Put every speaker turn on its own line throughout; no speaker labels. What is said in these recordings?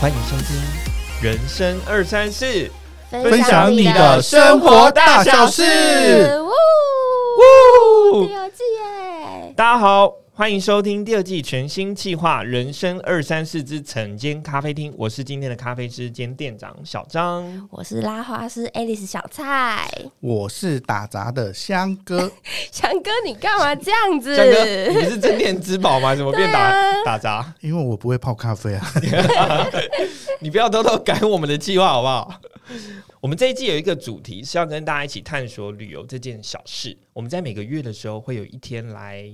欢迎收听
人生二三四，
分享你的生活大小事。
呜！
第二季耶！
大家好，欢迎收听第二季全新企划《人生二三四之晨间咖啡厅》，我是今天的咖啡师兼店长小张。
我是拉花师 Alice 小菜，
我是打杂的香哥，
强哥，你干嘛这样子？
江哥，你不是镇店之宝吗？怎么变打、
对啊
打杂？
因为我不会泡咖啡啊。
你不要偷偷改我们的计划好不好？ 我们这一季有一个主题是要跟大家一起探索旅游这件小事。我们在每个月的时候会有一天来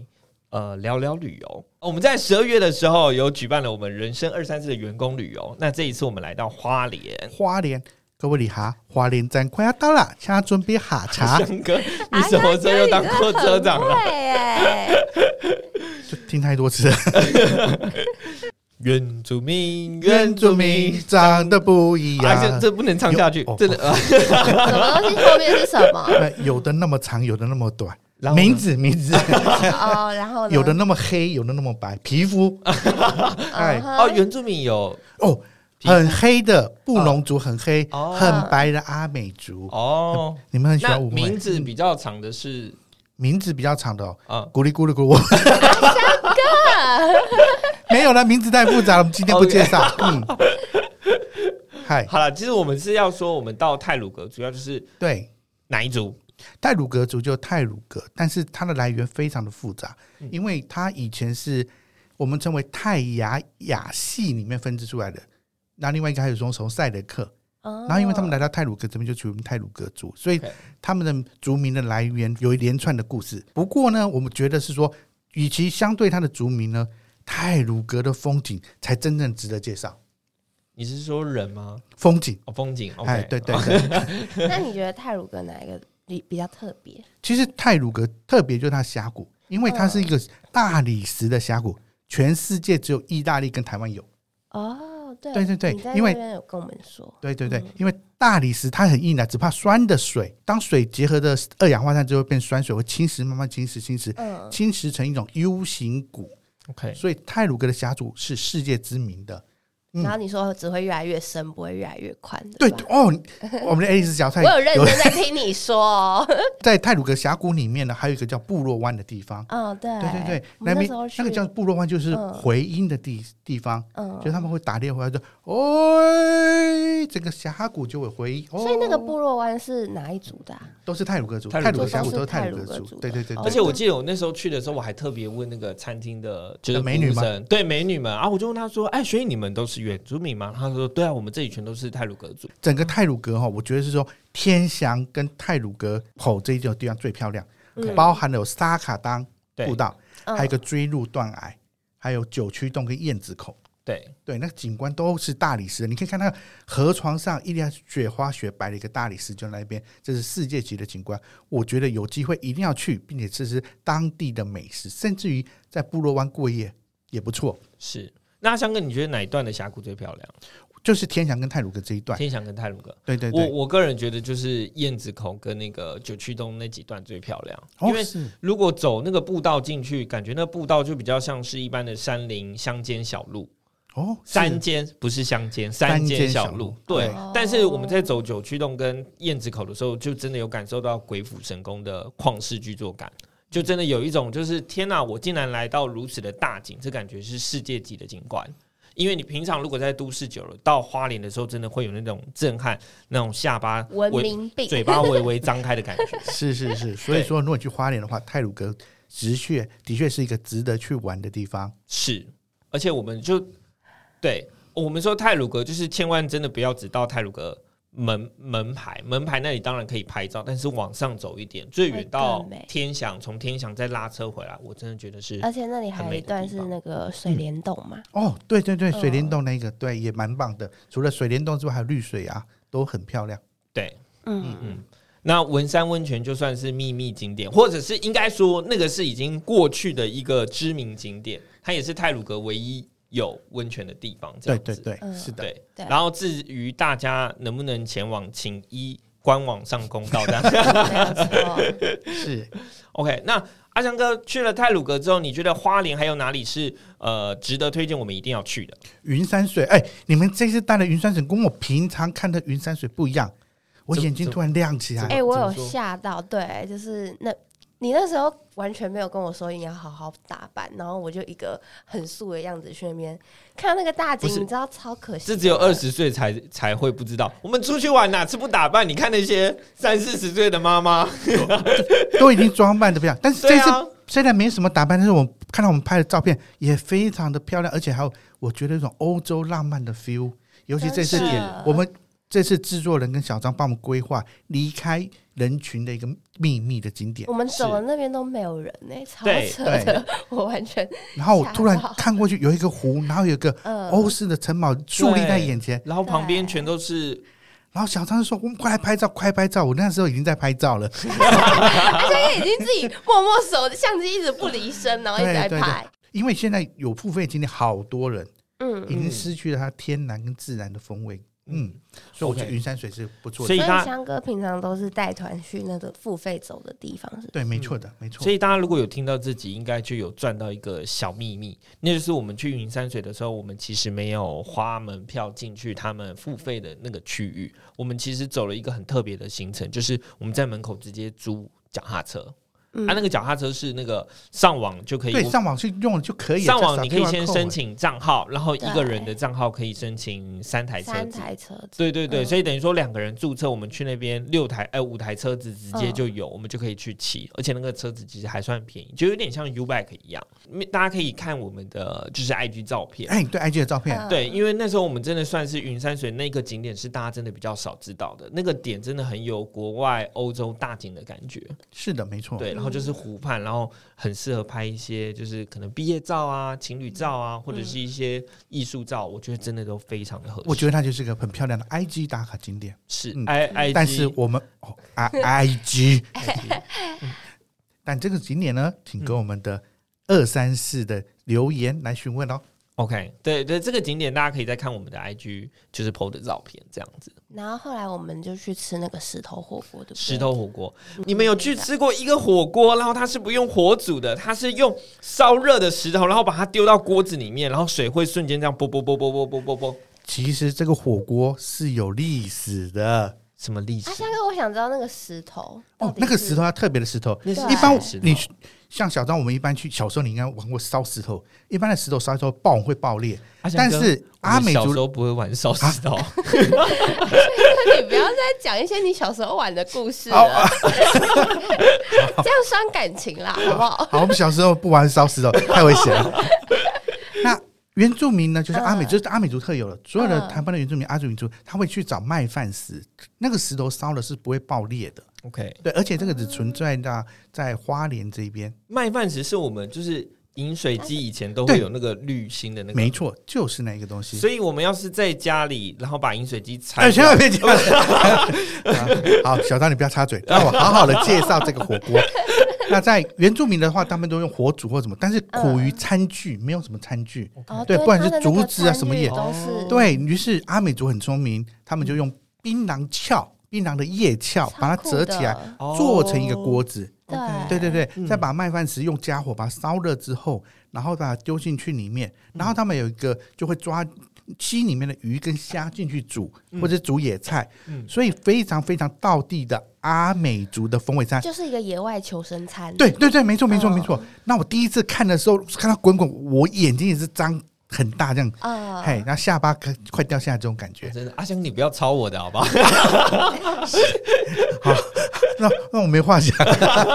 呃聊聊旅游。我们在十二月的时候有举办了我们人生二三四的员工旅游，那这一次我们来到花莲。
花莲，各位你好，花莲站快要到了，请准备下茶。
江哥，
啊
你什么时候又当过车长啊
哎
了？
对耶！
就听太多次了，
原住民，
原住民长得不一
哎，这
样。
这不能唱下去
有哦，
真的。啊
什么东西后面是什么？
呃有的那么长，有的那么短，
然后呢
名字名字，
哦，然后呢
有的那么黑，有的那么白，皮肤，哎
嗯，哼
哦，原住民有
哦，
皮肤
很黑的布农族很黑，
哦
很白的阿美族，
哦，
你们很喜
那
欢我
名
们
字比较长的是
名字比较长的哦，
啊，
咕哩咕哩咕哩，我没有了，名字太复杂了，我们今天不介绍。嗯，嗨，
好了，其实我们是要说，我们到泰鲁格主要就是
对，
哪一族？
泰鲁格族就泰鲁格，但是它的来源非常的复杂，因为它以前是我们称为泰雅雅系里面分支出来的。那另外一个还有从从赛德克，
哦
然后因为他们来到泰鲁格这边就取名泰鲁格族，所以
嗯 OK
他们的族名的来源有一连串的故事。不过呢，我们觉得是说，与其相对它的族名呢，泰鲁格的风景才真正值得介绍。
你是说人吗？
风景，
哦，风景。OK，
哎，对对对，
那你觉得泰鲁格哪一个比比较特别？
其实泰鲁格特别就是它峡谷，因为它是一
嗯
个大理石的峡谷，全世界只有意大利跟台湾有。
哦，对
对对对
你在
因为
那边有跟我们说，
对对
嗯
对，因为大理石它很硬啊的，只怕酸的水，当水结合的二氧化碳就会变酸水，会侵蚀，慢慢侵蚀，侵蚀，
嗯，
侵蚀成一种 U 型谷。
，OK，
所以泰鲁格的峡谷是世界知名的。嗯
然后你说只会越来越深，不会越来越宽，
对哎
吧
哦，我们的爱丽丝小菜
我有认真在听你说哦，
在泰鲁格峡谷里面呢，还有一个叫部落湾的地方。
嗯，对，
对对对，
我们那
边
时候去
那个叫部落湾，就是回音的地地方，
嗯
就，他们会打猎回来说，哦，整个峡谷就会回音。
所以那个
哦
部落湾是哪一族的啊？
都是泰鲁格族，
泰鲁
泰鲁格
格
峡
族
谷都是泰
泰
鲁
鲁
格
格
族
族。哦
对对对，
而且我记得我那时候去的时候，我还特别问那个餐厅的，就是
美女吗
服务生？对，美女们啊，我就问她说：“哎，所以你们都是原住民吗？”她说：“对啊，我们这里全都是泰鲁格族。
整个泰鲁格哈，我觉得是说天祥跟泰鲁格吼这一种地方最漂亮，
嗯
包含了有沙卡当
对
步道，
嗯
还有一个追入断崖，还有九曲洞跟燕子口。”
对，
对，那景观都是大理石的，你可以看那个河床上一粒雪花雪白的一个大理石就在那边，这是世界级的景观。我觉得有机会一定要去，并且吃吃当地的美食，甚至于在部落湾过夜也不错。
是。那香哥，你觉得哪一段的峡谷最漂亮？
就是天祥跟泰鲁格这一段，
天祥跟泰鲁格？
对对
我
对，
我个人觉得就是燕子口跟那个九曲洞那几段最漂亮，因
哦
为
是
如果走那个步道进去，感觉那步道就比较像是一般的山林乡间小路，
哦是
山间不是乡间，
山
山
间
间
小
小
路
路。对，
对
但是我们在走九曲洞跟燕子口的时候，就真的有感受到鬼斧神工的旷世巨作感，就真的有一种就是天哪、我竟然来到如此的大景，这感觉是世界级的景观。因为你平常如果在都市久了，到花莲的时候，真的会有那种震撼，那种下巴
文
微
明病，
嘴巴微微张开的感觉。
是是 是，所以说如果你去花莲的话，泰鲁格的确的确是一个值得去玩的地方。
是，而且我们就对我们说泰鲁格，就是千万真的不要只到泰鲁格门门牌，门牌那里当然可以拍照，但是往上走一点，最
会
远
更
到
美
天祥，从天祥再拉车回来，我真的觉得是
而且那里还有一段是那
嗯
个水帘洞嘛，
哦，对对对，
嗯
水帘洞那个对也蛮棒的，除了水帘洞之外，还有绿水啊，都很漂亮。
对。
嗯
嗯，那文山温泉就算是秘密景点，或者是应该说那个是已经过去的一个知名景点，它也是泰鲁格唯一有温泉的地方。这
对
样子
对对，
嗯
是的。
对，
对
然后至于大家能不能前往，请依官网上公 告这样。
嗯
没有错。
是
OK，那阿强哥去了泰鲁阁之后，你觉得花莲还有哪里是呃值得推荐我们一定要去的？
云山水。哎、你们这次带的云山水跟我平常看的云山水不一样，我
怎么
眼睛突然亮起来。
怎
哎、
么
我有
说
吓到，对，就是那。你那时候完全没有跟我说你要好好打扮，然后我就一个很素的样子去那边看那个大景
不，是
你知道超可惜的。
这只有二十岁才才会不知道。我们出去玩哪次不打扮？你看那些三四十岁的妈妈，
都已经装扮的不一样。 但是
对
这次
啊，
虽然没什么打扮，但是我看到我们拍的照片也非常的漂亮，而且还有我觉得一种欧洲浪漫的 feel。尤其这次
真的
我们这次制作人跟小张帮我们规划离开人群的一个秘密的景点
我，们走了
是
那边都没有人呢、超
对
扯
对
的，我 完全
然后我突然
吓到
看过去有一个湖，然后有一个
呃，
欧式的城堡矗立在眼前，
然后旁边
对
全都是
然后小张就说：“我们快来拍照，快拍照！”我那时候已经在拍照了，
嗯 而且已经自己默默手相机一直不离身，然后一直在
对对对
拍，
因为现在有付费景点好多人，
嗯
已，经失去了它天然跟自然的风味。嗯，所以我觉得
OK
云山水是不错的。
所
所
以
以
他
香哥平常都是带团去那个付费走的地方，是不是
对，没错
嗯
的，没错
所。以大家如果有听到自己，应该就有赚到一个小秘密，那就是我们去云山水的时候，我们其实没有花门票进去他们付费的那个区域，我们其实走了一个很特别的行程，就是我们在门口直接租脚踏车，
嗯
啊，那个脚踏车是那个上网就可以
对，上网去用了就可以了。
上
再
网
扫
你可以
QR
先
code
申。请账号，然后一个
对
人的账号可以申请三台车
三
子。
台车子，
对对对，
嗯
所以等于说两个人注册，我们去那边六台哎五台车子直
嗯
接就有，我们就可以去骑，而且那个车子其实还算便宜，就有点像 U Bike 一样。大家可以看我们的就是 IG 照片，
哎，对 IG 的照片，
嗯
对，因为那时候我们真的算是云山水那个景点是大家真的比较少知道的，那个点真的很有国外欧洲大景的感觉。
是的，没错。
对，然后就是湖畔，然后很适合拍一些就是可能毕业照啊、情侣照啊，或者是一些艺术照，我觉得真的都非常的合
嗯
适。
我觉得它就是个很漂亮的 IG 打卡景点。
是
嗯
I I，
但是我们哦，I IG，但
嗯
这个景点呢，请跟我们的二三四的留言来询问哦。
OK，对对，这个景点大家可以再看我们的 IG，就是 PO 的照片这样子。
然后后来我们就去吃那个石头火锅，对不对？
石头火锅，你们有去吃过一个火锅，然后它是不用火煮的，它是用烧热的石头，然后把它丢到锅子里面，然后水会瞬间这样啵啵啵啵啵啵啵啵，
其实这个火锅是有历史的
什么历史
啊，？香哥，我想知道那个石头
哦，那个石头，它特别的石头，
那
是
一般
石头
你去像小张，我们一般去小时候，你应该玩过烧石头，一般的石头烧之后爆会爆裂，
阿翔
但
哥
是阿
我们
美
小
族啊
时候不会玩烧石头，
那你不要再讲一些你小时候玩的故事
哦
了， 这样伤感 情啦，好不好？
好，我们小时候不玩烧石头，太危险 了。那原住民呢，就是
啊
阿美，
嗯
就是阿美族特有的，所有的
嗯
台湾的原住民、阿族民族，他会去找麦饭石，那个石头烧了是不会爆裂的。
OK，
对，而且这个只存在那在花莲这边，
麦饭石是我们就是饮水机以前都
对
会有那个滤芯的那个，
没。错，就是那一个东西。
嗯所以我们要是在家里，然后把饮水机拆
哎，千
掉，
万别讲！ 好，小张你不要插嘴，让我好好的介绍这个火 锅。那在原住民的话，他们都用火煮或什么，但是苦于餐具，没有什么餐具，
哦
对不然是
它的那个
竹子啊
餐
什么
具
也
都是
对于是阿美族很聪明，他们就用槟榔壳、槟榔的叶壳
超
把它
酷
折起来，
的
哦
做成一个锅子。
对
对对对，
嗯
再把麦饭石用家火把它烧热之后，然后把它丢进去里面，然后他们有一个就会抓溪里面的鱼跟虾进去煮，或者煮野菜，
嗯
所以非常非常道地的阿美族的风味餐。
就是一个野外求生餐，
对对对，没错没错
嗯
没错。那我第一次看的时候，看到滚滚，我眼睛也是张很大这样，
啊，
嘿，那下巴快快掉下来这种感觉。
真的，阿香你不要抄我的好不好？
那那我没话讲。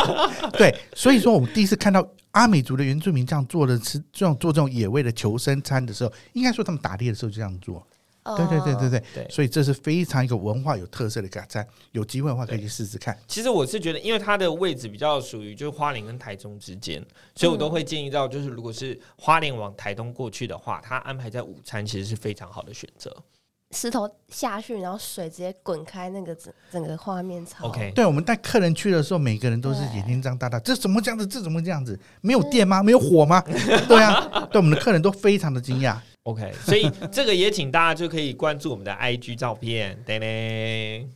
对，所以说我们第一次看到阿美族的原住民这样做的吃这种做这种野味的求生餐的时候，应该说他们打猎的时候就这样做。
哦
对对对对对，
对
所以这是非常一个文化有特色的一个餐，有机会的话可以去试试看。
其实我是觉得，因为它的位置比较属于就是花莲跟台中之间，所以我都会建议到，就是如果是花莲往台东过去的话，它安排在午餐其实是非常好的选择。
石头下去，然后水直接滚开，那个整整个画面超
OK，
对，我们带客人去的时候，每个人都是眼睛张大大，这怎么这样子？这怎么这样子？没有电吗？没有火吗？对啊，对我们的客人都非常的惊讶。
OK，所以这个也请大家就可以关注我们的 IG 照片，对嘞。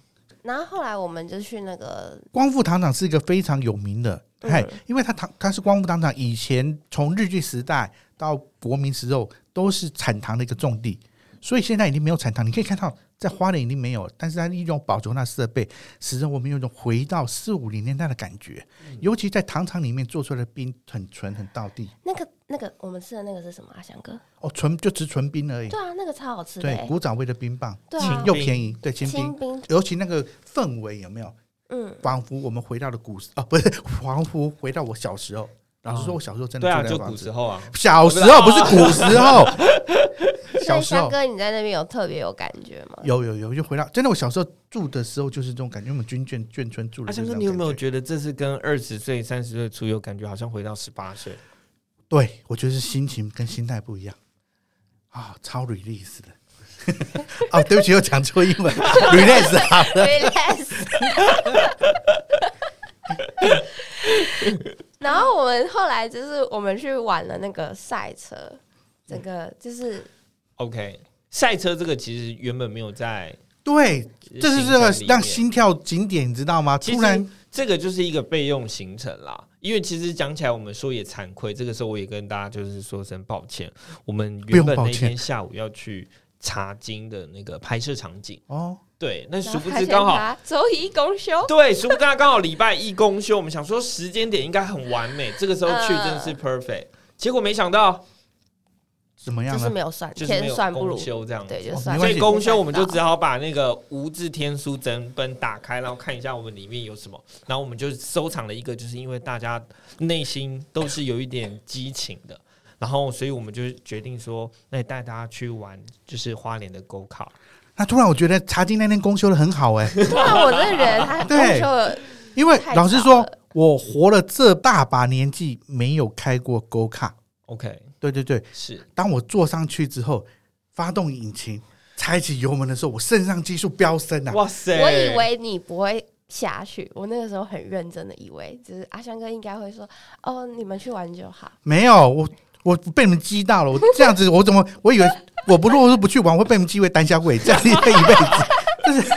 然后后来我们就去那个
光复糖厂是一个非常有名的，
嗯
嗨、因为它糖它是光复糖厂以前从日据时代到国民时候都是产糖的一个重地，所以现在已经没有产糖。你可以看到，在花莲已经没有，但是它依然保存它的设备，使得我们有一种回到四五零年代的感觉。
嗯
尤其在糖厂里面做出来的冰很纯很道地
那个那个我们吃的那个是什么啊？翔哥，
哦，纯就只纯冰而已。
对啊，那个超好吃的、
对，
欸，
古早味的冰棒，
对
清
啊，
又便宜，对，清
清
冰，
冰，
尤其那个氛围有没有？
嗯，
仿佛我们回到了古时啊， 不是，仿佛回到我小时候。老实说，我小时候真的
对啊，
住在
就
房
古
子
时候啊，
小时候不是古时候，
所
小
以
时
翔
候
哥你在那边有特别有感觉吗？
有有有，就回到真的，我小时候住的时候就是这种感觉，我们军眷眷村住
阿
的就是这
香哥，
种
啊你有没有
感觉
觉得这次跟二十岁、三十岁出游，感觉好像回到十八岁？
对，我觉得是心情跟心态不一样啊，超 release 的。 哦，对不起，又讲错英 文，release 好了。
relax。然后我们后来就是我们去玩了那个赛车，整个就是、
OK，赛车这个其实原本没有在，
对，这是这
行程
个
里面
让心跳景点，你知道吗？
其实
突然
这个就是一个备用行程啦。因为其实讲起来，我们说也惭愧，这个时候我也跟大家就是说声抱歉，我们
不
原
用
本
抱
那
歉
天下午要去查经的那个拍摄场景，
哦，
对，那
然
殊
后
不
发
知
现
刚好
它周一公休，
对，殊不知他刚好礼拜一公休，我们想说时间点应该很完美，这个时候去真
呃
的是 perfect，、结果没想到
怎么
就
样
是
呢？
没有算，
就是没
天
有
算不
公
如，
休这样子。
对，
哦
就
没
啊
算
所
关
以
系
嗯公休我们就 只好把那个无字天书整本打开，然后看一下我们里面有什么，然后我们就收藏了一个，就是因为大家内心都是有一点激情的，然后所以我们就决定说，那带大家去玩就是花莲的沟考，
那突然我觉得茶经那天公休的很好哎、
突然我真的觉得他公
对
休了
因为
太
老实
早
说
了，
我活了这大把年纪，没有开过 Go 卡。
OK，
对对对，
是
当我坐上去之后，发动引擎，踩起油门的时候，我肾上激素飙升啊！
哇塞，
我以为你不会下去，我那个时候很认真的以为，就是阿香哥应该会说，哦，你们去玩就好。
没有，我我被你们激到了，我这样子， 我怎么我以为我不如果是不去玩，我会被你们击为单相位，这样一 辈子。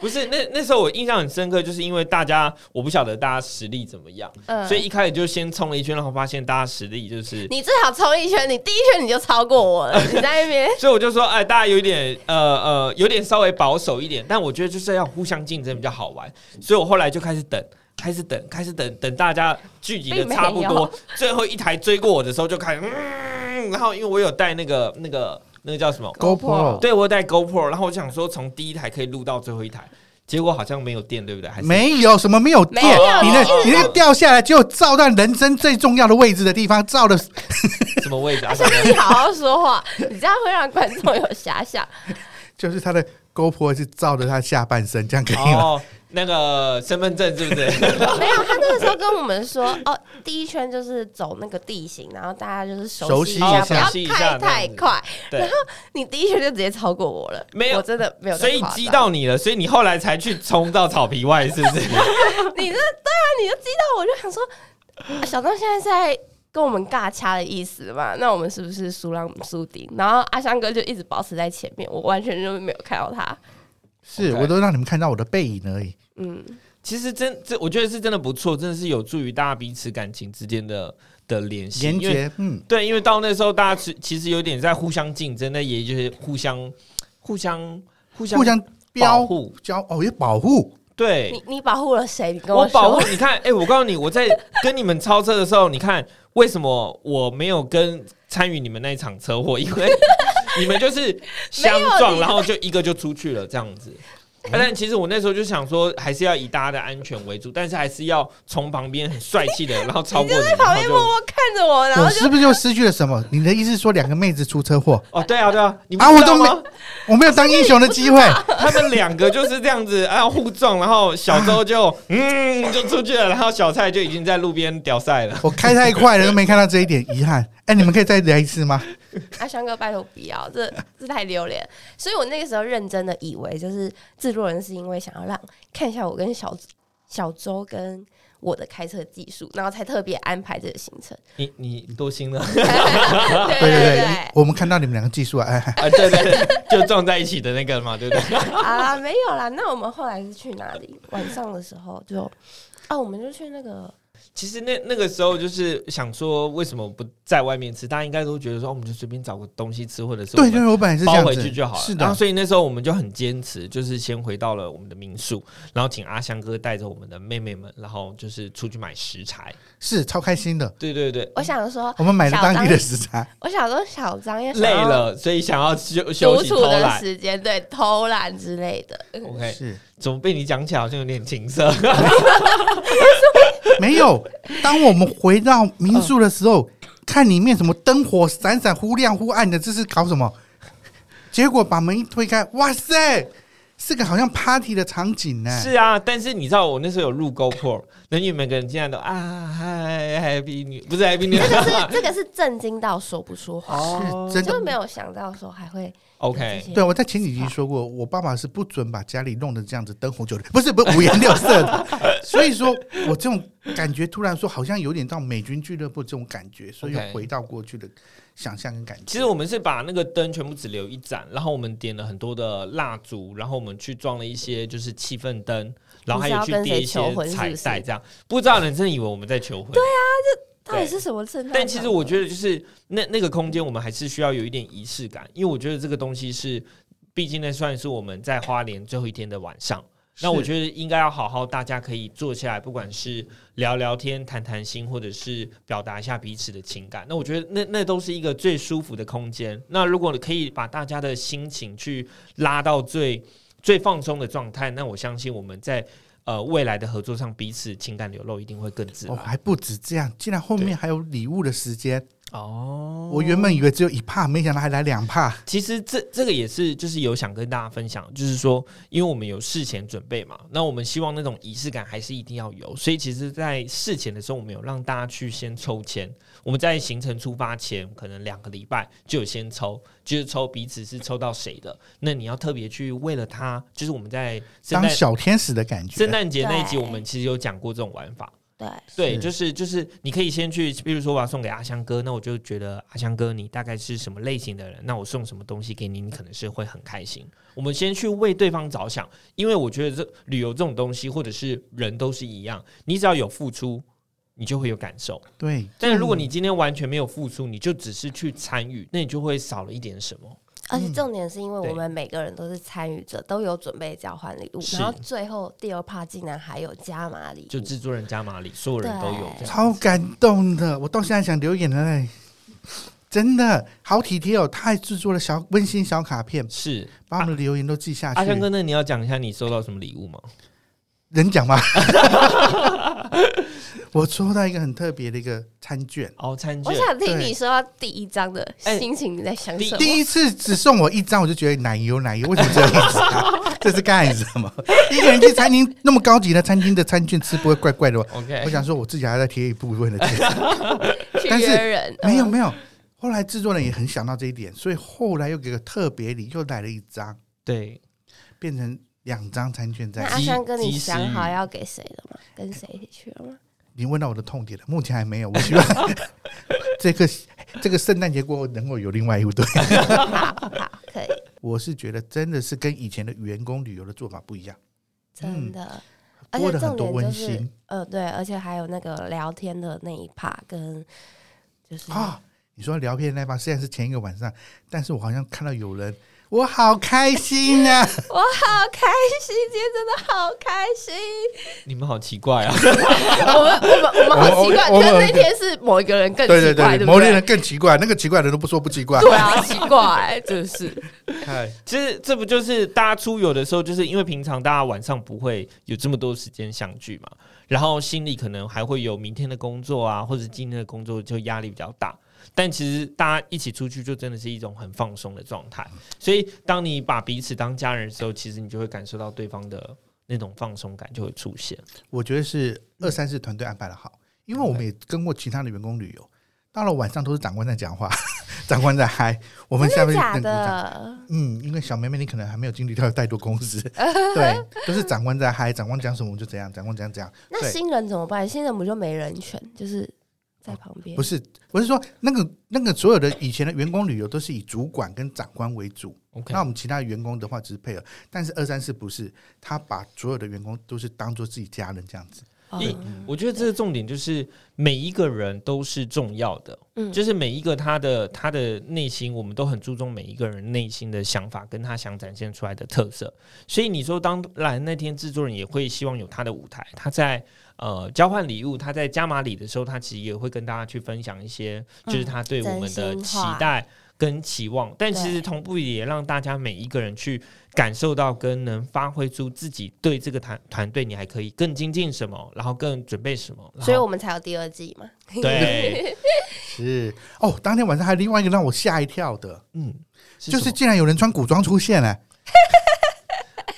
不是那那时候我印象很深刻，就是因为大家我不晓得大家实力怎么样，
嗯，
所以一开始就先冲了一圈，然后发现大家实力就是。
你最好冲一圈，你第一圈你就超过 我了，你在那边。
所以我就说，哎，大家有一点，呃呃，有点稍微保守一点，但我觉得就是要互相竞争比较好玩。所以我后来就开始等，开始等，开始等，等大家聚集的
并没
差不多
有，
最后一台追过我的时候就开始，嗯，然后因为我有带那个那个那个叫什么，
GoPro
对我有带 GoPro，然后我想说从第一台可以录到最后一台，结果好像没有电，对不对？还是哦
没有什么没有电
没有，
你那
一
你
直在
那掉下来，就照到人生最重要的位置的地方，照的
什么位置啊？
阿香哥，你好好说话，你这样会让观众有遐想。
就是他的 GoPro 是照着他下半身，这样可以吗？
哦，那个身份证是不是？
没有，他那个时候跟我们说，哦，第一圈就是走那个地形，然后大家就是熟悉一下，
熟悉一下熟悉一
不
下
要开
那
太
样子
快。
对，
你第一圈就直接超过我了，
没有
我真的没有在
所
夸
以
张。
激到你了，所以你后来才去冲到草皮外，是不是？
你这对啊，你就激到我就想说，啊小张现在是在跟我们尬掐的意思嘛？那我们是不是输让输定？然后阿香哥就一直保持在前面，我完全就没有看到他。
是
OK
我都让你们看到我的背影而已。
嗯，
其实真这，我觉得是真的不错，真的是有助于大家彼此感情之间的的联系。
连
因为
接，嗯，
对，因为到那时候大家其其实有点在互相竞争，那也就是互相、互相、互相、
互相
保
标
护。
交哦，也保护，
对，
你你保护了谁？你跟
我
说，
保护你看，哎、我告诉你，我在跟你们超车的时候，你看为什么我没有跟参与你们那一场车祸？因为你们就是相
没有
撞，
你
然后就一个就出去了这样子。啊但其实我那时候就想说，还是要以大家的安全为主，但是还是要从旁边很帅气的，然后超过你，然
旁
后
边
就
默默看着我，然后
我
就是
不是又失去了什么？你的意思是说两个妹子出车祸，
哦，对啊，对啊，你不
啊
知
我
道
都没
吗？
我没有当英雄的机会，
他们两个就是这样子啊互撞，然后小周就嗯就出去了，然后小蔡就已经在路边屌赛了。
我开太快了，都没看到这一点，遗憾。哎，你们可以再来一次吗？
阿啊香哥，拜托不要，这这太丢脸。所以我那个时候认真的以为，就是制作人是因为想要让看一下我跟小小周跟我的开车技术，然后才特别安排这个行程。
你你多心了
对
对
对
对
对
对，我们看到你们两个技术啊，哎，
啊！对对对，就撞在一起的那个嘛，对不对？
啊，没有啦。那我们后来是去哪里？晚上的时候就啊，我们就去那个
其实那那个时候就是想说，为什么不在外面吃？大家应该都觉得说，哦我们就随便找个东西吃，或者是我
对
们
对，对我本来是这
包
样
回
子
去就好了。
是
然后
的，
所以那时候我们就很坚持，就是先回到了我们的民宿，然后请阿香哥带着我们的妹妹们，然后就是出去买食材。
是超开心的。
对对对，
我想说，
我们买了当地的食材，
我想说小张也想
累
要
了，所以想要休休
独
息
处
偷
的
懒。哦
时间，对偷懒之类的。
OK，
是
怎么被你讲起来好像有点情色？
没有。当我们回到民宿的时
嗯
候，看里面什么灯火闪闪、忽亮忽暗的，这是搞什么？结果把门一推开，哇塞，是个好像 party 的场景呢、
是啊，但是你知道我那时候有录 GoPro，那你们每个人竟然都啊嗨 Happy New，不是 Happy New
这 个是这个是震惊到说不出话，
哦
是真
就
的。
没有想到说还会有这
OK，
些
对，我在前几集说过，我爸爸是不准把家里弄得这样子灯红酒绿，不是不是五颜六色的。 所以说我这种感觉突然说，好像有点到美军俱乐部这种感觉，所以又
OK
回到过去的想象跟感觉。
其实我们是把那个灯全部只留一盏，然后我们点了很多的蜡烛，然后我们去装了一些就是气氛灯，然后还有去叠一些彩带，这样不知道人真的以为我们在求婚。对啊，
到底是什么震撼？
但其实我觉得就是那那个空间，我们还是需要有一点仪式感，因为我觉得这个东西是，毕竟那算是我们在花莲最后一天的晚上。那我
得
觉得应该要好好，大家可以坐下来，不管是聊聊天、谈谈心，或者是表达一下彼此的情感。那我觉得那那都是一个最舒服的空间。那如果你可以把大家的心情去拉到最最放松的状态，那我相信我们在呃未来的合作上，彼此情感流露一定会更自
哦，
然。
还不止这样，竟然后面还有礼物的时间。
哦
我原本以为只有一帕，没想到还来两帕。
其实这这个也是，就是有想跟大家分享，就是说，因为我们有事前准备嘛，那我们希望那种仪式感还是一定要有，所以其实，在事前的时候，我们有让大家去先抽签。我们在行程出发前，可能两个礼拜就有先抽，就是抽彼此是抽到谁的，那你要特别去为了他，就是我们在圣
当
诞
小天使的感
圣
觉，
诞节那一集，
对
我们其实有讲过这种玩法。
对
对，
是
就是就是，你可以先去，比如说我要送给阿香哥，那我就觉得阿香哥你大概是什么类型的人，那我送什么东西给你，你可能是会很开心。我们先去为对方着想，因为我觉得这旅游这种东西，或者是人都是一样，你只要有付出，你就会有感受。
对。
但如果
嗯
你今天完全没有付出，你就只是去参与，那你就会少了一点什么。
而且重点是因为
对
我们每个人都是参与者，都有准备交换礼物，
是
然后最后第二趴竟然还有加码礼
就
物，
制作人加马里，所有人都有这样。
嗯超感动的，我到现在想流眼泪，真的好体贴哦！他还制作了小温馨小卡片，
是
把我们的留言都记下去。
阿香哥，那你要讲一下你收到什么礼物吗？
能讲吗？ 我抽到一个很特别的一个餐券，
哦，餐
我
券。
想听你说到第一章的
哎
心情，你在想什
第
么？
一次只送我一张，我就觉得奶油奶油，为 什么只有一张？啊这是干什么？一个人去餐厅那么高级的餐厅的餐券吃不会怪怪的吗？
OK，
我想说我自己还在贴一部分的钱，
去
但是
约人
没有
嗯
没有。后来制作人也很想到这一点，所以后来又给个特别礼，又来了一张，
对，
变成两张餐券
那啊
在。
阿
即
香哥，你
即时
想好
语
要给谁了吗？跟谁一起去 了吗？
你问到我的痛点了，目前还没有。我希望 这个这个圣诞节过后能够有另外一对。
好好，可以，
我是觉得真的是跟以前的员工旅游的做法不一样，
真
嗯
的。而
多
且
了很
重
多
点就
温
是
馨，
呃，对，而且还有那个聊天的那一趴，跟就是
哦
啊！你说聊天那把虽然是前一个晚上，但是我好像看到有人，我好开心 啊！
我好开心，今天真的好开心。
你们好奇怪啊！
我们我们我们好奇怪，
我我
可是
我
那天是某一个人更奇怪，
对对
不
某些
对
人更奇怪，那个奇怪的人都不说不奇怪。
对啊，奇怪，真是
其实这不就是大家出游的时候，就是因为平常大家晚上不会有这么多时间相聚嘛，然后心里可能还会有明天的工作啊，或者今天的工作就压力比较大。但其实大家一起出去，就真的是一种很放松的状态。所以，当你把彼此当家人的时候，其实你就会感受到对方的那种放松感就会出现。
我觉得是二三四团队安排的好，因为我们也跟过其他的员工旅游，到了晚上都是长官在讲话， 长官在嗨，我们下
真的
面
假
在鼓掌
的？
嗯，因为小妹妹你可能还没有经历到太多公司， 对，都是长官在嗨，长官讲什么我们就怎样，长官讲怎样。
那
对
新人怎么办？新人不就没人权，就是在旁边
不。是，我是说那个那个所有的以前的员工旅游都是以主管跟长官为主，
OK，
那我们其他的员工的话只是配合，但是二三四不是，他把所有的员工都是当做自己家人这样子。
哦
一我觉得这个重点就是每一个人都是重要的，
嗯
就是每一个他的他的内心，我们都很注重每一个人内心的想法跟他想展现出来的特色。所以你说，当然那天制作人也会希望有他的舞台，他在呃交换礼物，他在加码礼的时候，他其实也会跟大家去分享一些，就是他对我们的
嗯真
期
心话
待。跟期望，但其实
对
同步也让大家每一个人去感受到跟能发挥出自己对这个团团队，你还可以更精进什么，然后更准备什么。然后
所以我们才有第二季嘛。
对，
是哦，当天晚上还有另外一个让我吓一跳的，
嗯，
就是
什么
竟然有人穿古装出现了。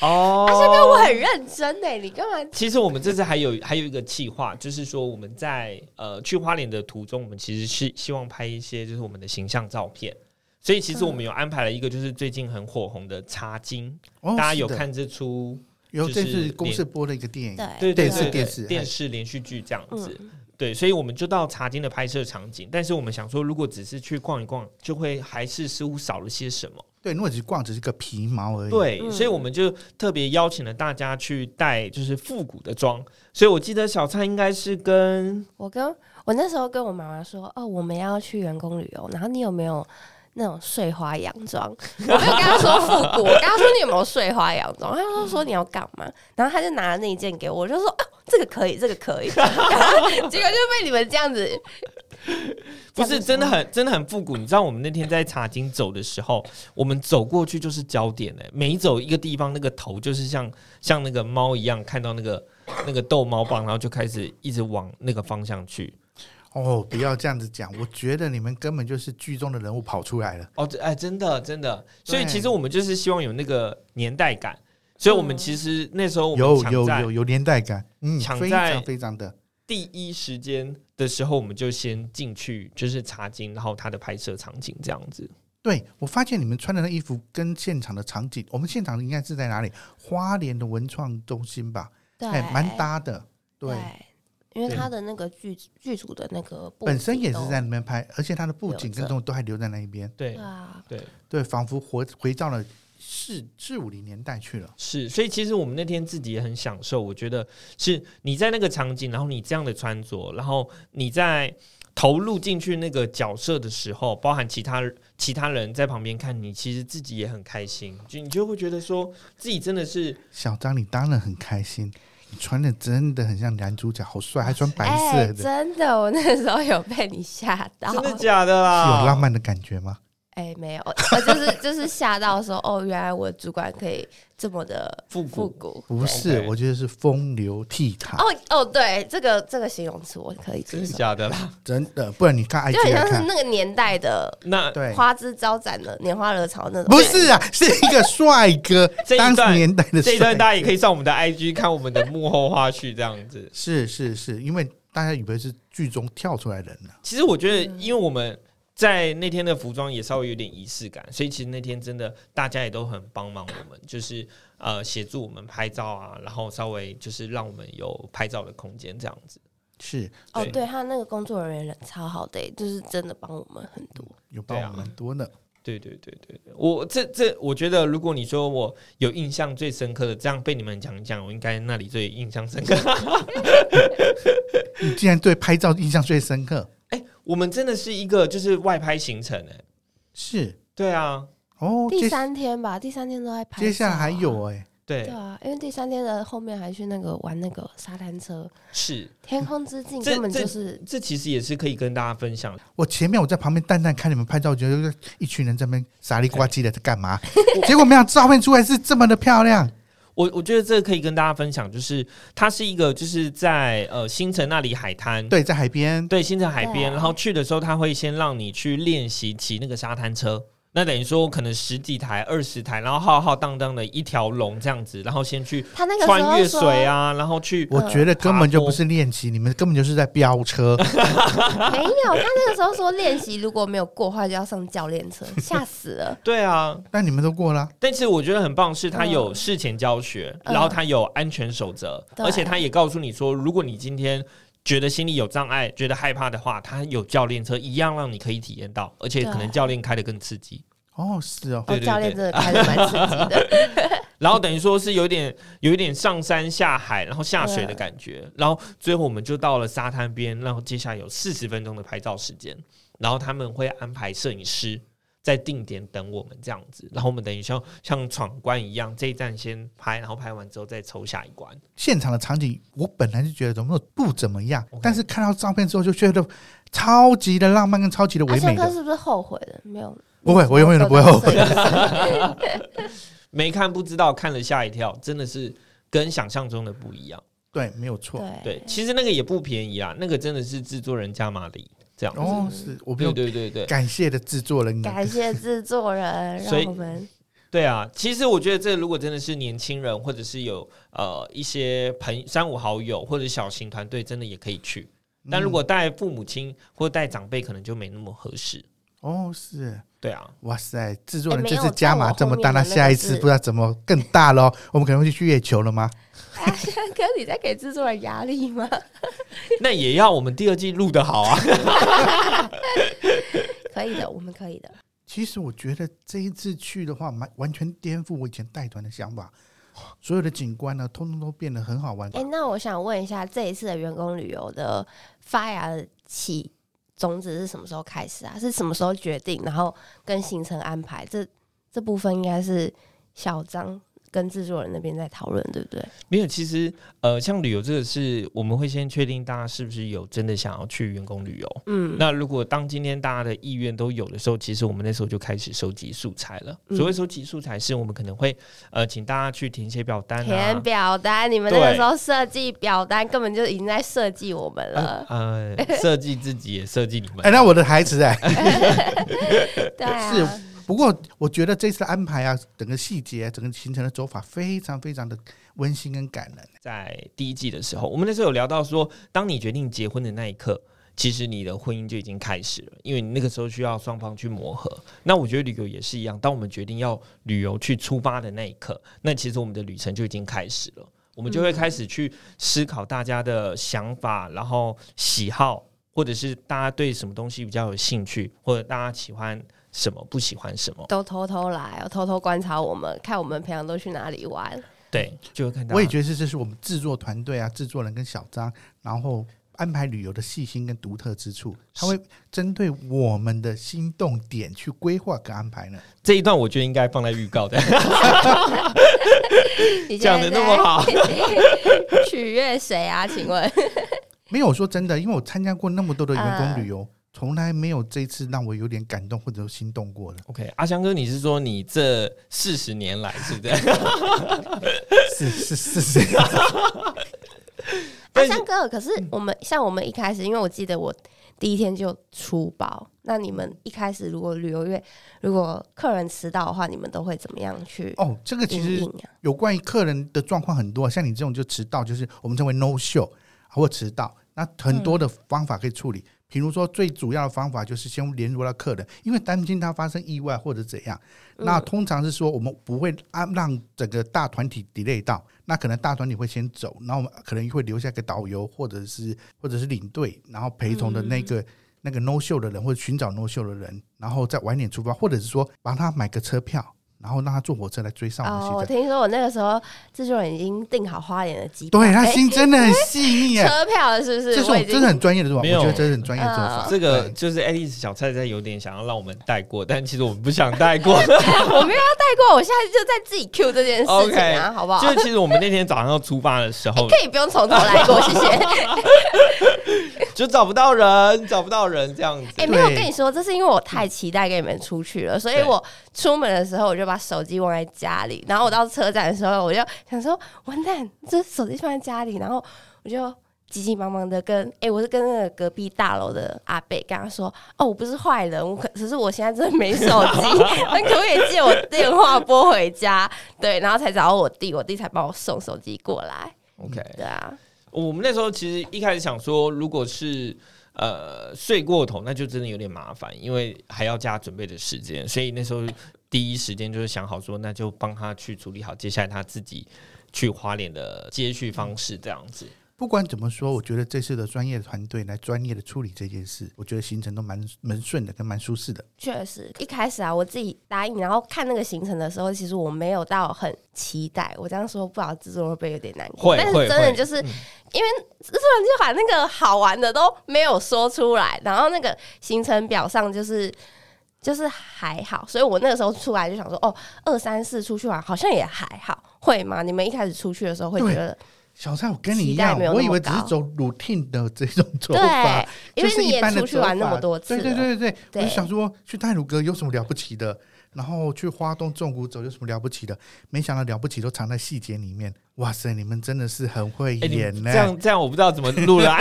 哦。
啊我很认真哎，你干
嗯
嘛？
其实我们这次还有还有一个计划，就是说我们在呃去花莲的途中，我们其实是希望拍一些就是我们的形象照片。所以其实我们有安排了一个，就是最近很火红的《茶经》，
哦，
大家有
是的，
看这出
有
就是
这是公司播的一个电影，
对
对对
电视
对
电
对
视
电视连续剧这样子。对，所以我们就到茶经的拍摄场景，但是我们想说，如果只是去逛一逛，就会还是似乎少了些什么。
对，如果只是逛只是个皮毛而已。
对，
嗯
所以我们就特别邀请了大家去带就是复古的妆，所以我记得小蔡应该是跟
我跟我那时候跟我妈妈说，哦，我们要去员工旅游，然后你有没有那种碎花洋装？ 我没有跟她说复古，我跟她说你有没有碎花洋装？她就说你要干嘛？然后她就拿了那一件给我，我就说哦，这个可以，这个可以。 然后结果就被你们这样子，
哎
不
这样
是
子
真的很真的很复古，你知道我们那天在茶经走的时候，我们走过去就是焦点哎、每走一个地方，那个头就是像像那个猫一样，看到那个那个逗猫棒，然后就开始一直往那个方向去。
哦，不要这样子讲，我觉得你们根本就是剧中的人物跑出来了。
哦，这哎，真的真的，所以
对
其实我们就是希望有那个年代感，所以我们
嗯
其实那时候我们
有
哦抢
有
在
有有年代感，嗯，
抢
非
在
常非常的。
第一时间的时候，我们就先进去就是查经，然后它的拍摄场景这样子。
对我发现你们穿的那衣服跟现场的场景，我们现场应该是在哪里？花莲的文创中心吧，
对
哎，蛮搭的。对，，
因为
对
他的那个剧剧组的那个布
本身
景
也是
都
在那边拍，而且它的布景
留
跟
着
动物都还留在那一边，
对
对啊，
对，
对，仿佛回回到了四四五零年代去了。
是，所以其实我们那天自己也很享受。我觉得是你在那个场景，然后你这样的穿着，然后你在投入进去那个角色的时候，包含其他其他人在旁边看你，其实自己也很开心，就你就会觉得说自己真的是
小张，你当然很开心，你穿的真的很像男主角，好帅，还穿白
哎
色的，
真的，我那时候有被你吓到，
真的假的
是
啦，
有浪漫的感觉吗？
哎、没有， 我就是就是吓到说，哦，原来我主管可以这么的
复
复
古。
古。
不是，
OK
我觉得是风流倜傥，
哦哦，对，这个这个形容词我可以
真的
接受，
假的啦？
真的，不然你看
就很
IG 来
像是
看，
那个年代的
那
对，
花枝招展的拈花惹草那种。
不是啊，是一个帅哥
这，一
当
段
时年代的
这一段
帅
大
哥，
家也可以上我们的 IG 看我们的幕后花絮这样子。
是是是，因为大家以为是剧中跳出来的人了，
其实我觉得，因为我们在那天的服装也稍微有点仪式感，所以其实那天真的大家也都很帮忙我们，就是呃协助我们拍照啊，然后稍微就是让我们有拍照的空间这样子。
是
哦，
对
对，他那个工作人员人超好的、欸就是真的帮我们很多。
有帮
对啊
我们多呢。
对对对对，对我这这我觉得，如果你说我有印象最深刻的，这样被你们讲一讲，我应该那里最印象深刻。
你竟然对拍照印象最深刻，
哎、我们真的是一个就是外拍行程哎、
是
对啊，
哦，
第
接
三天吧，第三天都在拍、啊
接下来还。有哎，
对
对啊，因为第三天的后面还去那个玩那个沙滩车，
是
天空之境
这
根本
这
就是
这其实也是可以跟大家分享。
我前面我在旁边淡淡看你们拍照，我觉得一群人在那边傻里呱唧的在干 嘛？结果没想到照片出来是这么的漂亮，
我我觉得这个可以跟大家分享，就是它是一个就是在呃新城那里海滩，
对，在海边，
对新城海边，
对啊
然后去的时候他会先让你去练习骑那个沙滩车，那等于说可能十几台、二十台，然后浩浩荡荡的一条龙这样子，然后先去
他那个时
穿
候
越
说
水啊，然后去
我觉得根本就不是练习，你们根本就是在飙车。
嗯
没有，他那个时候说练习如果没有过的话就要上教练 车，吓死了。
对啊，
那你们都过了啊，
但是我觉得很棒，是他
嗯
有事前教学，
嗯
然后他有安全守则，
对
而且他也告诉你说，如果你今天觉得心里有障碍、觉得害怕的话，他有教练车一样让你可以体验到，而且可能
对
教练开的更刺激。
哦，是哦，
对
哦，
对
教练真的开的蛮刺
啊
激的，
然后等于说是有点有一点上山下海，然后下水的感觉。然后最后我们就到了沙滩边，然后接下来有四十分钟的拍照时间，然后他们会安排摄影师在定点等我们这样子。然后我们等于像像闯关一样，这一站先拍，然后拍完之后再抽下一关。
现场的场景，我本来就觉得怎么不怎么样
OK，
但是看到照片之后就觉得超级的浪漫跟超级的
阿
唯
香
美
哥
的。
是不是后悔了？没有，
不会，我永远都不会后悔。
没看不知道，看了吓一跳，真的是跟想象中的不一样。
对，没有错。
对
对，其实那个也不便宜啊，那个真的是制作人加马力这样。
哦，是我们
对
有
对对对，
感谢的制作人，
感谢制作人，
所以
让我 们
对啊，其实我觉得这如果真的是年轻人，或者是有呃一些朋三五好友或者小型团队，真的也可以去。
嗯
但
嗯
如果带父母亲或带长辈，可能就没那么合适。
哦是。
对 啊，
哇塞！制作人
哎
这
没
次
有
加码这么大，
在我
那
后面的那个
下一次
是
不知道怎么更大喽？我们可能会去月球了吗？
阿香哥，你在给制作人压力吗？
那也要我们第二季录的好啊。
可以的，我们可以的。
其实我觉得这一次去的话，完完全颠覆我以前带团的想法，所有的景观呢，通通都变得很好玩。
哎、那我想问一下，这一次的员工旅游的发芽的起种子是什么时候开始啊？是什么时候决定？然后跟行程安排这这部分应该是小张跟制作人那边在讨论，对不对？
没有，其实呃，像旅游这个是我们会先确定大家是不是有真的想要去员工旅游。
嗯，
那如果当今天大家的意愿都有的时候，其实我们那时候就开始收集素材了。
嗯
所谓收集素材，是我们可能会呃，请大家去填写表单啊
填，表单，你们那个
对
时候设计表单根本就已经在设计我们了，
呃，设计自己也设计你们
哎、。那我的孩子哎、
嗯
对啊，
是不过我觉得这次的安排啊，整个细节、整个行程的走法非常非常的温馨跟感人。
在第一季的时候，我们那时候有聊到说，当你决定结婚的那一刻，其实你的婚姻就已经开始了，因为你那个时候需要双方去磨合。那我觉得旅游也是一样，当我们决定要旅游去出发的那一刻，那其实我们的旅程就已经开始了。我们就会开始去思考大家的想法，然后喜好，或者是大家对什么东西比较有兴趣，或者大家喜欢什么，不喜欢什么。
都偷偷来哦，偷偷观察我们，看我们平常都去哪里玩。
对，就会看到。
我也觉得这是我们制作团队啊，制作人跟小张，然后安排旅游的细心跟独特之处，他会针对我们的心动点去规划跟安排呢。
这一段我觉得应该放在预 告的，
你
讲的那么好。
好， 取悦谁啊？请问？
没有我说真的，因为我参加过那么多的员
啊
工旅游，从、来没有这一次让我有点感动或者心动过的。
OK，阿香哥，你是说你这四十年来是 不是？
是是是是，
阿
但是
香哥，可是
嗯
我们像我们一开始，因为我记得我第一天就出包。那你们一开始如果旅游业，如果客人迟到的话，你们都会怎么样去
哦，这个其
应
实
应啊？
有关于客人的状况很多，像你这种就迟到，就是我们称为 no show 或迟到，那很多的方法可以处理。比如说，最主要的方法就是先联络到客人，因为担心他发生意外或者怎样。那通常是说，我们不会按让整个大团体 delay 到，那可能大团体会先走，那我们可能会留下一个导游或者是或者是领队，然后陪同的那个、那个 no show 的人或者寻找 no show 的人，然后再晚点出发，或者是说帮他买个车票，然后让他坐火车来追上我们的行
哦，
程
我。听说我那个时候制作人已经订好花莲的机票，
对他
哎
心真的很细腻哎，
车票了，是不是？
这是
我
我
已
真
经
的很专业的做法，
没
我
有
觉得这是很专业的做法
啊。
这个
对
就是爱丽丝小菜菜有点想要让我们带过，但其实我们不想带 过。
我没有要带过，我现在就在自己 Q 这件事情
OK，
啊，好不好？
就是其实我们那天早上要出发的时 候，
可以不用从头来过，谢谢。
就找不到人，找不到人这样子。
哎、没有
对
跟你说，这是因为我太期待跟你们出去了，所以我出门的时候我就把手机忘在家里，然后我到车站的时候我就想说，完蛋，这手机放在家里，然后我就急急忙忙的跟哎、我是跟那个隔壁大楼的阿贝跟他说，哦，我不是坏人，我可只是我现在真的没手机，那可不可以借我电话拨回家？对，然后才找我弟，我弟才帮我送手机过来。
OK，
对啊，
呃我们那时候其实一开始想说，如果是呃睡过头，那就真的有点麻烦，因为还要加准备的时间，所以那时候第一时间就是想好说，那就帮他去处理好，接下来他自己去花莲的接续方式这样子。
不管怎么说，我觉得这次的专业团队来专业的处理这件事，我觉得行程都蛮蛮顺的，跟蛮舒适的。
确实，一开始啊，我自己答应，然后看那个行程的时候，其实我没有到很期待。我这样说，不好制作人会不会有点难过？
会
但是
会
真的
会
就是、因为制作人就把那个好玩的都没有说出来，然后那个行程表上就是。就是还好，所以我那个时候出来就想说，哦，二三四出去玩好像也还好，会吗？你们一开始出去的时候会觉得，
小蔡，我跟你一
期待
样
没有，那
我
么
以为只是
高
走 routine 的这 种走
对
法，，
因为
就是
你
一
也
般的
出去玩那么多次
走
了，
法对对对对对，我就
对
想说去泰鲁阁有什么了不起的，然后去花东纵谷走有什么了不起的，没想到了不起都藏在细节里面。哇塞，你们真的是很会
哎、你
演呢、
这样这样我不知道怎么录了、啊。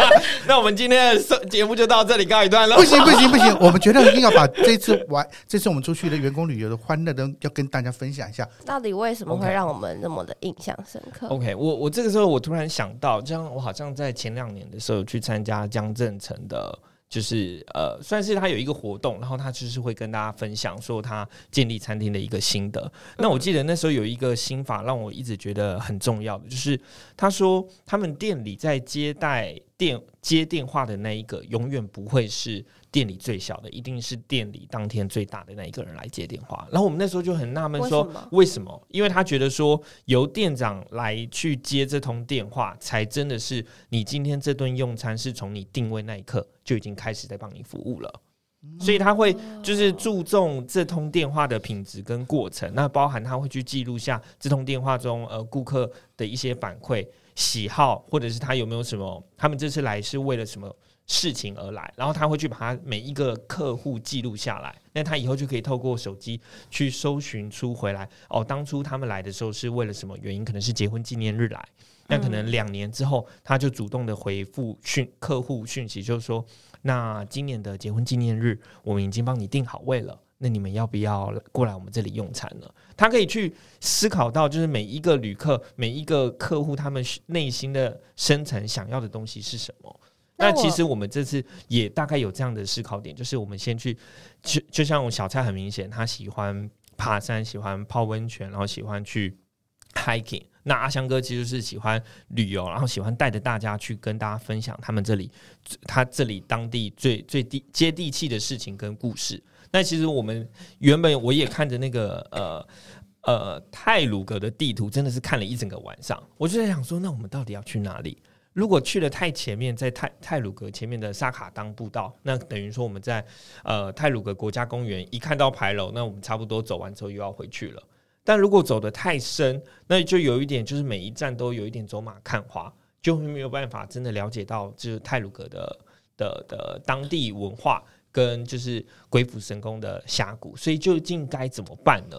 那我们今天的 收节目就到这里告一段 落
不。行不行不行，我们觉得一定要把这次玩， 这次我们出去的员工旅游的欢乐的要跟大家分享一下。
到底为什么会
OK
让我们那么的印象深刻？
OK，我我这个时候我突然想到，这样我好像在前两年的时候有去参加江正成的，就是呃，算是他有一个活动，然后他就是会跟大家分享说他建立餐厅的一个心得。那我记得那时候有一个心法让我一直觉得很重要的，就是他说他们店里在接待电接电话的那一个，永远不会是店里最小的，一定是店里当天最大的那一个人来接电话。然后我们那时候就很纳闷说
为什么
为什么？因为他觉得说由店长来去接这通电话，才真的是你今天这顿用餐是从你定位那一刻就已经开始在帮你服务了。所以他会就是
哦
注重这通电话的品质跟过程，那包含他会去记录下这通电话中呃顾客的一些反馈、喜好，或者是他有没有什么，他们这次来是为了什么事情而来，然后他会去把他每一个客户记录下来，那他以后就可以透过手机去搜寻出回来哦，当初他们来的时候是为了什么原因？可能是结婚纪念日来，那可能两年之后，他就主动的回复讯客户讯息，就是说，那今年的结婚纪念日，哎我们已经帮你定好位了。那你们要不要过来我们这里用餐呢？他可以去思考到，就是每一个旅客、每一个客户，他们内心的深层想要的东西是什么。
那
那
我
其实我们这次也大概有这样的思考点，就是我们先去，就就像我小蔡很明显，他喜欢爬山，喜欢泡温泉，然后喜欢去 hiking。那阿香哥其实是喜欢旅游，然后喜欢带着大家去跟大家分享他们这里他这里当地最最地接地气的事情跟故事。那其实我们原本我也看着那个呃呃泰鲁格的地图，真的是看了一整个晚上。我就在想说，那我们到底要去哪里？如果去了太前面，在泰泰鲁格前面的萨卡当步道，那等于说我们在呃泰鲁格国家公园一看到牌楼，那我们差不多走完之后又要回去了。但如果走得太深，那就有一点就是每一站都有一点走马看花，就会没有办法真的了解到就是泰鲁格的的的当地文化跟就是鬼斧神工的峡谷，所以究竟该怎么办呢？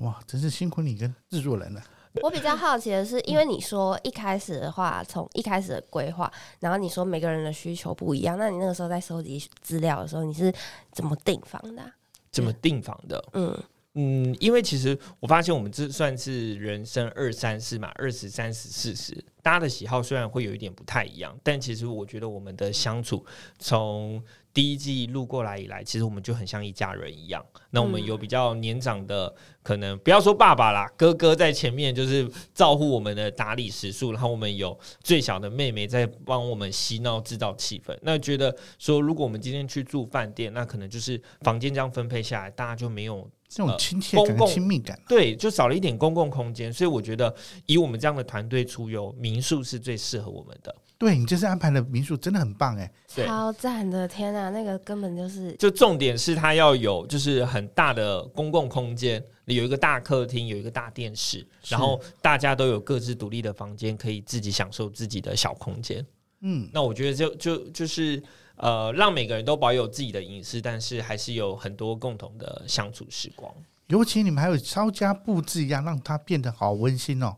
哇，真是辛苦你跟制作人了。
我比较好奇的是，因为你说一开始的话，从一开始的规划，然后你说每个人的需求不一样，那你那个时候在收集资料的时候，你是怎么订房的啊、
怎么订房的？
嗯，
嗯，因为其实我发现我们这算是人生二三四嘛，二十三十四十，大家的喜好虽然会有一点不太一样，但其实我觉得我们的相处从第一季录过来以来，其实我们就很像一家人一样。那我们
嗯
有比较年长的，可能不要说爸爸啦，哥哥在前面就是照顾我们的打理时数，然后我们有最小的妹妹在帮我们嬉闹制造气氛。那觉得说，如果我们今天去住饭店，那可能就是房间这样分配下来，大家就没有呃
这种亲切
公
感、
共
亲密感，
对，就少了一点公共空间，所以我觉得以我们这样的团队出游，民宿是最适合我们的。
对你这次安排的民宿真的很棒哎、
对，
超赞的，天啊，那个根本就是
就重点是它要有就是很大的公共空间，有一个大客厅，有一个大电视，
是
然后大家都有各自独立的房间，可以自己享受自己的小空间。
嗯，
那我觉得就就就是呃，让每个人都保有自己的隐私，但是还是有很多共同的相处时光。
尤其你们还有稍加布置一样，让它变得好温馨哦。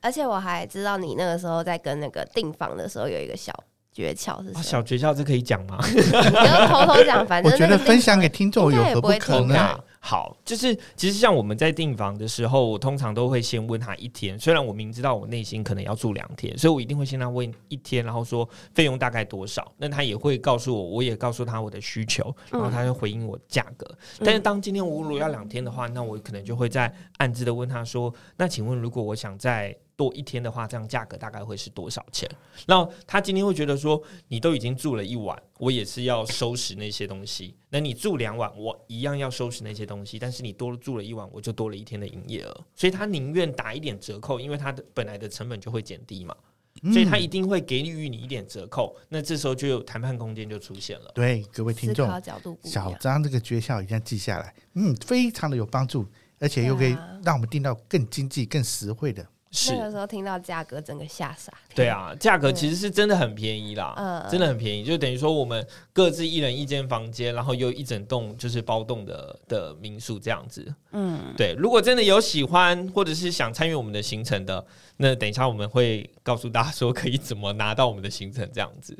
而且我还知道你那个时候在跟那个订房的时候有一个小诀窍是
啊，
什么？
小诀窍这可以讲吗？
你要偷偷讲，反
我
正
觉
那
得
个
分
订
享给听众有何不可
应该也不会听
呢
啊？
那好，就是其实像我们在订房的时候，我通常都会先问他一天，虽然我明知道我内心可能要住两天，所以我一定会先让他问一天，然后说费用大概多少，那他也会告诉我，我也告诉他我的需求，然后他就回应我价格。但是当今天我如果要两天的话，那我可能就会在暗自的问他说，那请问如果我想再多一天的话，这样价格大概会是多少钱？那他今天会觉得说，你都已经住了一晚，我也是要收拾那些东西。那你住两晚，我一样要收拾那些东西，但是你多住了一晚，我就多了一天的营业额。所以他宁愿打一点折扣，因为他的本来的成本就会减低嘛，
嗯
所以他一定会给予你一点折扣。那这时候就有谈判空间就出现了。
对各位听
思
众
考，啊角度不一
小
样，
张这个诀窍一定要记下来，嗯，非常的有帮助，而且又可以
对啊
让我们订到更经济、更实惠的。
是
那，个时候听到价格整个吓傻。
对，啊，价格其实是真的很便宜啦，
嗯
真的很便宜，就等于说我们各自一人一间房间，然后有一整栋就是包栋的的民宿这样子。
嗯，
对，如果真的有喜欢或者是想参与我们的行程的，那等一下我们会告诉大家说可以怎么拿到我们的行程这样子。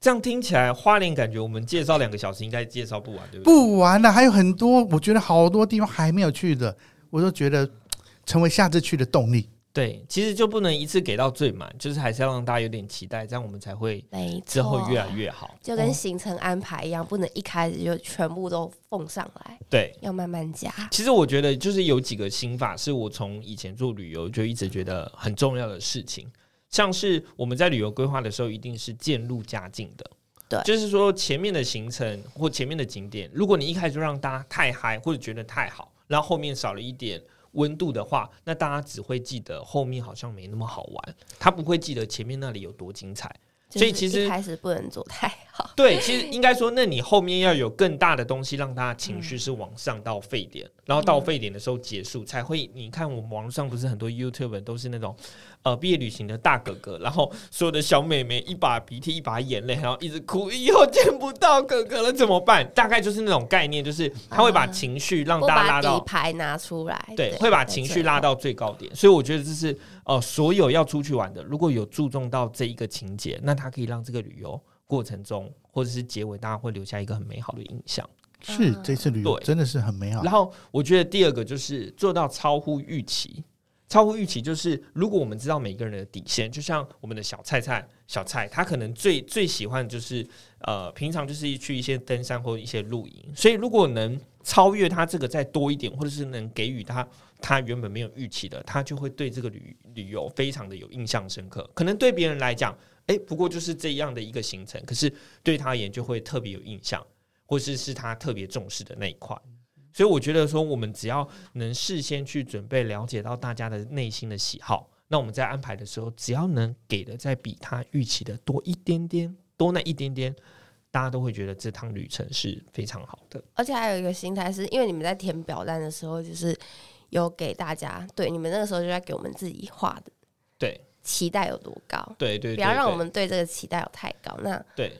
这样听起来，花莲感觉我们介绍两个小时应该介绍不完，对不对？
不玩了，还有很多，我觉得好多地方还没有去的，我都觉得嘖成为下次去的动力。
对，其实就不能一次给到最满，就是还是要让大家有点期待，这样我们才会
没错，
之后越来越好。
就跟行程安排一样，不能一开始就全部都奉上来，
对，
要慢慢加。
其实我觉得就是有几个心法是我从以前做旅游就一直觉得很重要的事情，像是我们在旅游规划的时候，一定是渐入佳境的。
对
就是说前面的行程或前面的景点，如果你一开始就让大家太嗨或者觉得太好，然后后面少了一点温度的话，那大家只会记得后面好像没那么好玩，他不会记得前面那里有多精彩。所以
就是
其实
一开始不能做太好，
对，其实应该说，那你后面要有更大的东西，让大家情绪是往上到沸点，然后到
嗯
沸点的时候结束，才会。你看，我们网络上不是很多 YouTube 都是那种，呃，毕业旅行的大哥哥，然后所有的小妹妹一把鼻涕一把眼泪，然后一直哭，以后见不到哥哥了怎么办？大概就是那种概念，就是他会把
啊
情绪让
不
大家拉
把
到
底牌拿出来，
对，会把情绪拉到最高点。所以我觉得这是呃，所有要出去玩的，如果有注重到这一个情节，那它可以让这个旅游过程中或者是结尾，大家会留下一个很美好的印象。
是
啊
这次旅游
对
真的是很美好
然。后我觉得第二个就是做到超乎预期。超乎预期就是，如果我们知道每个人的底线，就像我们的小菜菜、小菜，他可能最最喜欢就是呃，平常就是去一些登山或一些露营，所以如果能超越他这个再多一点，或者是能给予他他原本没有预期的，他就会对这个旅旅游非常的有印象深刻。可能对别人来讲，诶，不过就是这样的一个行程，可是对他而言就会特别有印象，或是是他特别重视的那一块。所以我觉得说，我们只要能事先去准备，了解到大家的内心的喜好，那我们在安排的时候，只要能给的再比他预期的多一点点，多那一点点，大家都会觉得这趟旅程是非常好的。
而且还有一个心态是，因为你们在填表单的时候，就是有给大家，对你们那个时候就在给我们自己画的
对
期待有多高，
对对，
不要
对
让
对
我们对这个期待有太高，那
对。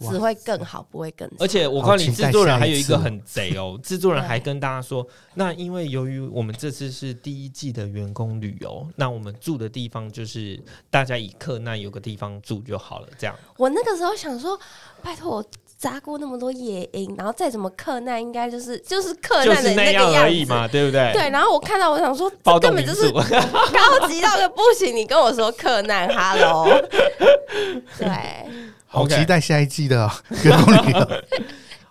哇
只会更好，不会更差。
而且我告诉你，
好期待
制作人
下一
还有一个
次
很贼哦，制作人还跟大家说，那因为由于我们这次是第一季的员工旅游，那我们住的地方就是大家以客难有个地方住就好了，这样。
我那个时候想说，拜托我。扎过那么多野营，然后再怎么克难，应该就是就是克
就
难
是
的
那
那个
样
样
而已
子。
嘛，对不对？
对，然后我看到，我想说，
暴
这
动
根
民
本就是
宿，
高级到个不行。你跟我说克难哈喽，对，
好
OK
期待下一季的哦 员工旅 游。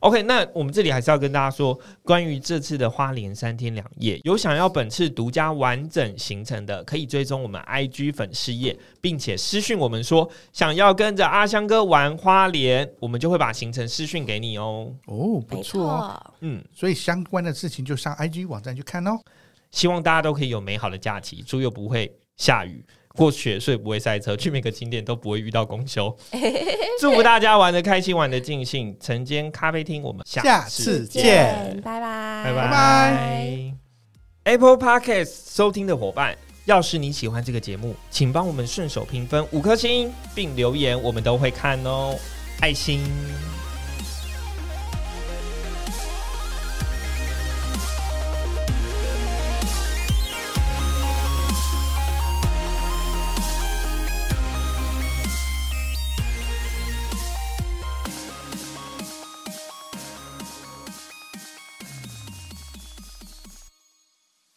OK，那我们这里还是要跟大家说，关于这次的花莲三天两夜，有想要本次独家完整行程的，可以追踪我们 IG 粉丝页，并且私讯我们说想要跟着阿香哥玩花莲，我们就会把行程私讯给你哦。
哦，不
没
错哦。
错。
嗯，
所以相关的事情就上 IG 网站去看哦。
希望大家都可以有美好的假期，猪又不会下雨。过雪隧不会塞车，去每个景点都不会遇到公 休。祝福大家玩的开心，玩的尽兴。晨间咖啡厅，我们
下
下次
次见。
拜拜，
拜拜。
拜拜
Apple Podcast 收听的伙伴，要是你喜欢这个节目，请帮我们顺手评分五颗星，并留言，我们都会看哦。爱心。